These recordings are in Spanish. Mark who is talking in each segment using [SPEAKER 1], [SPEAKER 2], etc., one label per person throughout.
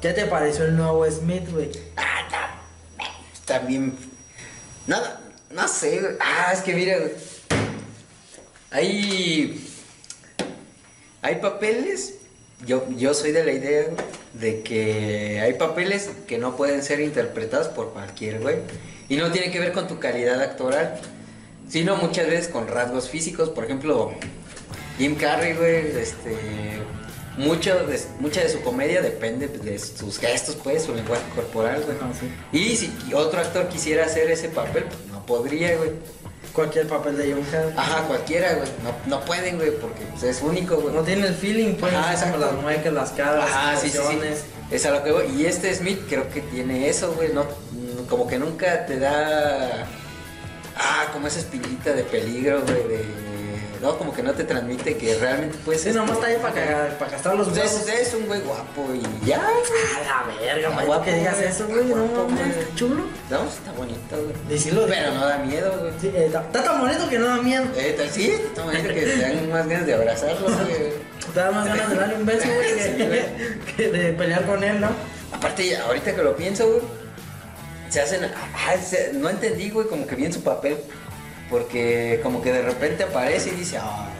[SPEAKER 1] ¿Qué te pareció el nuevo Smith, güey?
[SPEAKER 2] Ah, no, Está bien. No, no sé, güey. Ah, es que mira, güey. Hay. Hay papeles. Yo, yo soy de la idea güey, de que hay papeles que no pueden ser interpretados por cualquier güey. Y no tiene que ver con tu calidad actoral, sino muchas veces con rasgos físicos. Por ejemplo, Jim Carrey, güey, este. Mucho de, mucha de su comedia depende de sus gestos, pues, su lenguaje corporal, güey.
[SPEAKER 1] No, sí.
[SPEAKER 2] Y si otro actor quisiera hacer ese papel, pues no podría, güey.
[SPEAKER 1] Cualquier papel de John Carrey.
[SPEAKER 2] Ajá, cualquiera, güey. No, no pueden, güey, porque pues, es único, güey.
[SPEAKER 1] No tiene el feeling, pues. Ah,
[SPEAKER 2] Ajá,
[SPEAKER 1] como
[SPEAKER 2] exacto.
[SPEAKER 1] las muecas, las caras,
[SPEAKER 2] Ajá,
[SPEAKER 1] las
[SPEAKER 2] sí, sí, sí.
[SPEAKER 1] emociones.
[SPEAKER 2] Es a lo que voy. Y este Smith creo que tiene eso, güey. No, mm, como que nunca te da. Ah, como esa espinita de peligro, güey. De... No, como que no te transmite que realmente, pues.
[SPEAKER 1] Sí, nomás está ahí para cagar, para gastar los
[SPEAKER 2] Pues,
[SPEAKER 1] huevos.
[SPEAKER 2] Es, es un güey guapo y ya, güey.
[SPEAKER 1] A la verga,
[SPEAKER 2] Está
[SPEAKER 1] güey.
[SPEAKER 2] Ah, guapo,
[SPEAKER 1] que digas
[SPEAKER 2] güey.
[SPEAKER 1] eso, güey. No
[SPEAKER 2] Guapo,
[SPEAKER 1] mames,
[SPEAKER 2] güey.
[SPEAKER 1] está chulo.
[SPEAKER 2] No, está bonito, güey.
[SPEAKER 1] Y sí lo
[SPEAKER 2] Pero no da miedo, güey.
[SPEAKER 1] Sí, eh, está, está tan bonito que no da miedo.
[SPEAKER 2] Eh, tal- sí, está bonito que te dan más ganas de abrazarlo, güey.
[SPEAKER 1] Te da más ganas de darle un beso, güey, que-
[SPEAKER 2] Sí, güey.
[SPEAKER 1] que de pelear con él, ¿no?
[SPEAKER 2] Aparte, ahorita que lo pienso, güey, se hacen. ah, se- no entendí, güey, como que bien su papel. Porque como que de repente aparece y dice, ah,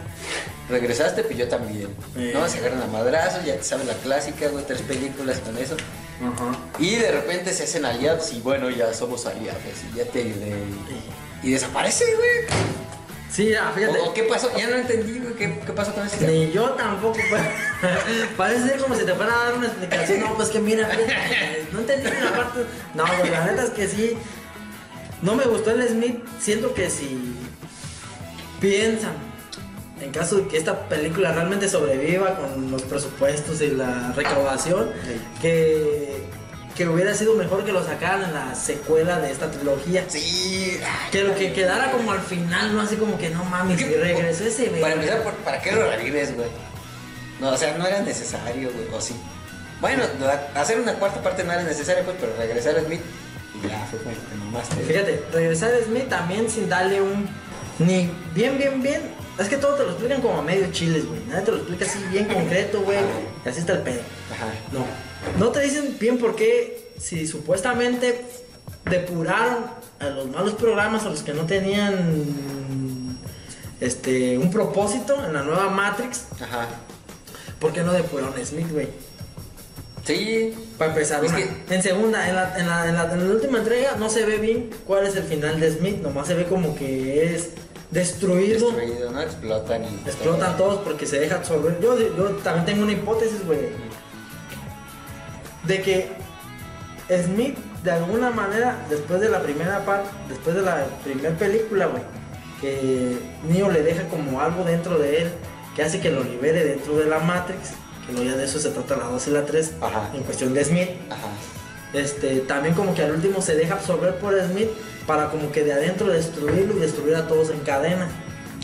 [SPEAKER 2] regresaste, pues yo también.
[SPEAKER 1] Sí.
[SPEAKER 2] No, se agarran a madrazos, ya te sabes la clásica, güey, tres películas con eso.
[SPEAKER 1] Ajá.
[SPEAKER 2] Y de repente se hacen aliados y bueno, ya somos aliados. Y ya te. le- y desaparece, güey.
[SPEAKER 1] Sí, ya, fíjate.
[SPEAKER 2] ¿O, o qué pasó? Ya no entendí, güey, ¿qué, qué pasó con ese.
[SPEAKER 1] Ni yo tampoco. pues. Parece ser como si te fuera a dar una explicación. No, pues que mira, pues, no entendí una parte. No, pues la neta es que sí. No me gustó el Smith. Siento que si piensan, en caso de que esta película realmente sobreviva con los presupuestos y la recaudación,
[SPEAKER 2] Sí.
[SPEAKER 1] que, que hubiera sido mejor que lo sacaran en la secuela de esta trilogía.
[SPEAKER 2] Sí. ay,
[SPEAKER 1] Que lo que quedara como al final, no así como que no mames,
[SPEAKER 2] ¿Qué?
[SPEAKER 1] si regresó ese verga.
[SPEAKER 2] Para empezar, ¿por- ¿para qué lo revives, güey? No, o sea, no era necesario, güey, o sí. Bueno, la- hacer una cuarta parte no era necesario, pues, pero regresar a Smith, ya fue como que te mamaste. güey.
[SPEAKER 1] Fíjate, regresar a Smith también sin darle un. Ni bien, bien, bien. Es que todo te lo explican como a medio chiles, güey. Nadie te lo explica así bien concreto, güey. Y así está el pedo.
[SPEAKER 2] Ajá.
[SPEAKER 1] No. No te dicen bien por qué, si supuestamente depuraron a los malos programas, a los que no tenían. Este. Un propósito en la nueva Matrix,
[SPEAKER 2] Ajá.
[SPEAKER 1] ¿por qué no depuraron a Smith, güey?
[SPEAKER 2] Sí.
[SPEAKER 1] Para empezar,
[SPEAKER 2] Es
[SPEAKER 1] una.
[SPEAKER 2] que-
[SPEAKER 1] en segunda, en la, en, la, en, la, en la última entrega no se ve bien cuál es el final de Smith, nomás se ve como que es destruido,
[SPEAKER 2] Destruido, ¿no? Explotan y...
[SPEAKER 1] explotan todos porque se deja absorber. Yo, yo también tengo una hipótesis, güey, de que Smith de alguna manera, después de la primera parte, después de la primera película, güey, que Neo le deja como algo dentro de él que hace que lo libere dentro de la Matrix, que luego ya de eso se trata la 2 y la 3,
[SPEAKER 2] Ajá.
[SPEAKER 1] en cuestión de Smith
[SPEAKER 2] Ajá.
[SPEAKER 1] este, también como que al último se deja absorber por Smith para como que de adentro destruirlo y destruir a todos en cadena,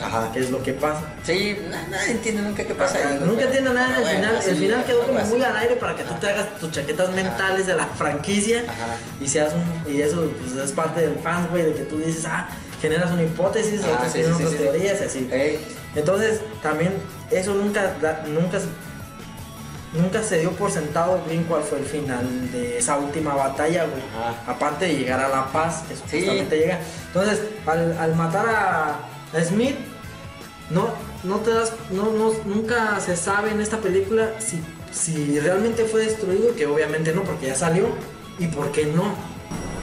[SPEAKER 2] Ajá.
[SPEAKER 1] que es lo que pasa.
[SPEAKER 2] Sí, na- nadie entiende nunca qué pasa ahí, güey,
[SPEAKER 1] Nunca
[SPEAKER 2] pero-
[SPEAKER 1] tiene nada en el
[SPEAKER 2] Bueno,
[SPEAKER 1] final, el
[SPEAKER 2] sí,
[SPEAKER 1] final quedó
[SPEAKER 2] algo
[SPEAKER 1] como
[SPEAKER 2] así.
[SPEAKER 1] muy al aire para que tú te hagas tus chaquetas mentales de la franquicia
[SPEAKER 2] Ajá.
[SPEAKER 1] y seas un, y eso pues, es parte del fan, güey, de que tú dices, ah, generas una hipótesis,
[SPEAKER 2] Ah,
[SPEAKER 1] otros
[SPEAKER 2] sí,
[SPEAKER 1] tienen
[SPEAKER 2] sí,
[SPEAKER 1] otras
[SPEAKER 2] sí, sí.
[SPEAKER 1] teorías y así.
[SPEAKER 2] Ey,
[SPEAKER 1] Entonces, también eso nunca, da- nunca, nunca se dio por sentado bien cuál fue el final de esa última batalla, güey.
[SPEAKER 2] Ajá.
[SPEAKER 1] Aparte de llegar a la paz, que supuestamente llega. Entonces, al, al matar a, a Smith, no, no te das, no, no, nunca se sabe en esta película si, si realmente fue destruido, que obviamente no, porque ya salió, y por qué no.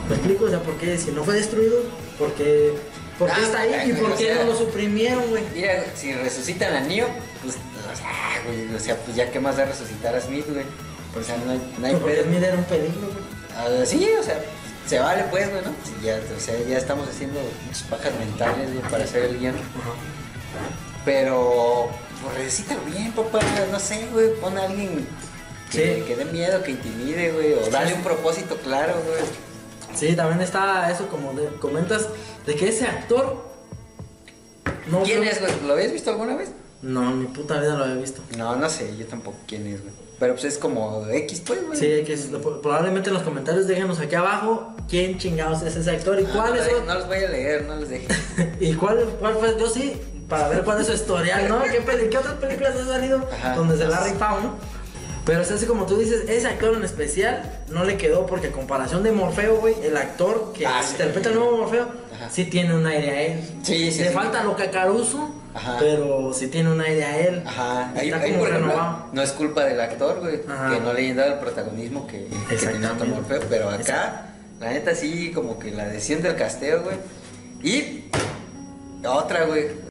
[SPEAKER 1] ¿Me explico? O sea, ¿por qué? Si no fue destruido, ¿por qué, por qué
[SPEAKER 2] Ah,
[SPEAKER 1] está ahí y
[SPEAKER 2] güey,
[SPEAKER 1] por
[SPEAKER 2] o
[SPEAKER 1] qué
[SPEAKER 2] sea,
[SPEAKER 1] no lo suprimieron, güey?
[SPEAKER 2] Mira, si resucitan a Neo, pues, o sea, güey, o sea, pues ya qué más da resucitar a Smith, güey. O sea, no hay, no hay
[SPEAKER 1] Pero porque
[SPEAKER 2] pedo.
[SPEAKER 1] Smith era un peligro, güey.
[SPEAKER 2] Ah, sí, o sea, se vale pues, güey, ¿no? Sí, Ya, o sea, ya estamos haciendo muchas pajas mentales, güey, para hacer el guión. Pero, pues resucítalo bien, papá, no sé, güey, pon a alguien que,
[SPEAKER 1] Sí.
[SPEAKER 2] que dé miedo, que intimide, güey, o dale un propósito claro, güey.
[SPEAKER 1] Sí, también está eso como de- comentas de que ese actor no
[SPEAKER 2] ¿Quién
[SPEAKER 1] creo-
[SPEAKER 2] es, güey? ¿Lo habías visto alguna vez?
[SPEAKER 1] No, en mi puta vida lo había visto.
[SPEAKER 2] No, no sé, yo tampoco quién es, güey. Pero pues es como X, pues, güey.
[SPEAKER 1] Sí, hay que probablemente en los comentarios déjenos aquí abajo quién chingados es ese actor y
[SPEAKER 2] Ah,
[SPEAKER 1] cuál
[SPEAKER 2] no,
[SPEAKER 1] es
[SPEAKER 2] los-
[SPEAKER 1] su-
[SPEAKER 2] No los voy a leer, no los dejes.
[SPEAKER 1] y cuál, cuál fue yo sí para ver cuál es su historial, ¿no? ¿Qué, peli- qué otras películas ha salido
[SPEAKER 2] Ajá.
[SPEAKER 1] donde se la ha rifado, no? Pero es así como tú dices, ese actor en especial no le quedó porque a comparación de Morfeo, güey, el actor que
[SPEAKER 2] Ah, sí.
[SPEAKER 1] interpreta al nuevo Morfeo,
[SPEAKER 2] Ajá.
[SPEAKER 1] sí tiene un aire a él.
[SPEAKER 2] Sí, sí,
[SPEAKER 1] Le
[SPEAKER 2] sí.
[SPEAKER 1] falta lo cacaruso,
[SPEAKER 2] Ajá.
[SPEAKER 1] pero sí tiene un aire a él.
[SPEAKER 2] Ajá, ahí,
[SPEAKER 1] Está
[SPEAKER 2] ahí,
[SPEAKER 1] como
[SPEAKER 2] por ejemplo,
[SPEAKER 1] renovado.
[SPEAKER 2] no es culpa del actor, güey,
[SPEAKER 1] Ajá.
[SPEAKER 2] que no le hayan dado el protagonismo que, que tenía
[SPEAKER 1] Exactamente.
[SPEAKER 2] Otto Morfeo, pero acá,
[SPEAKER 1] Exacto.
[SPEAKER 2] la neta sí, como que la desciende el casteo, güey. Y otra, güey,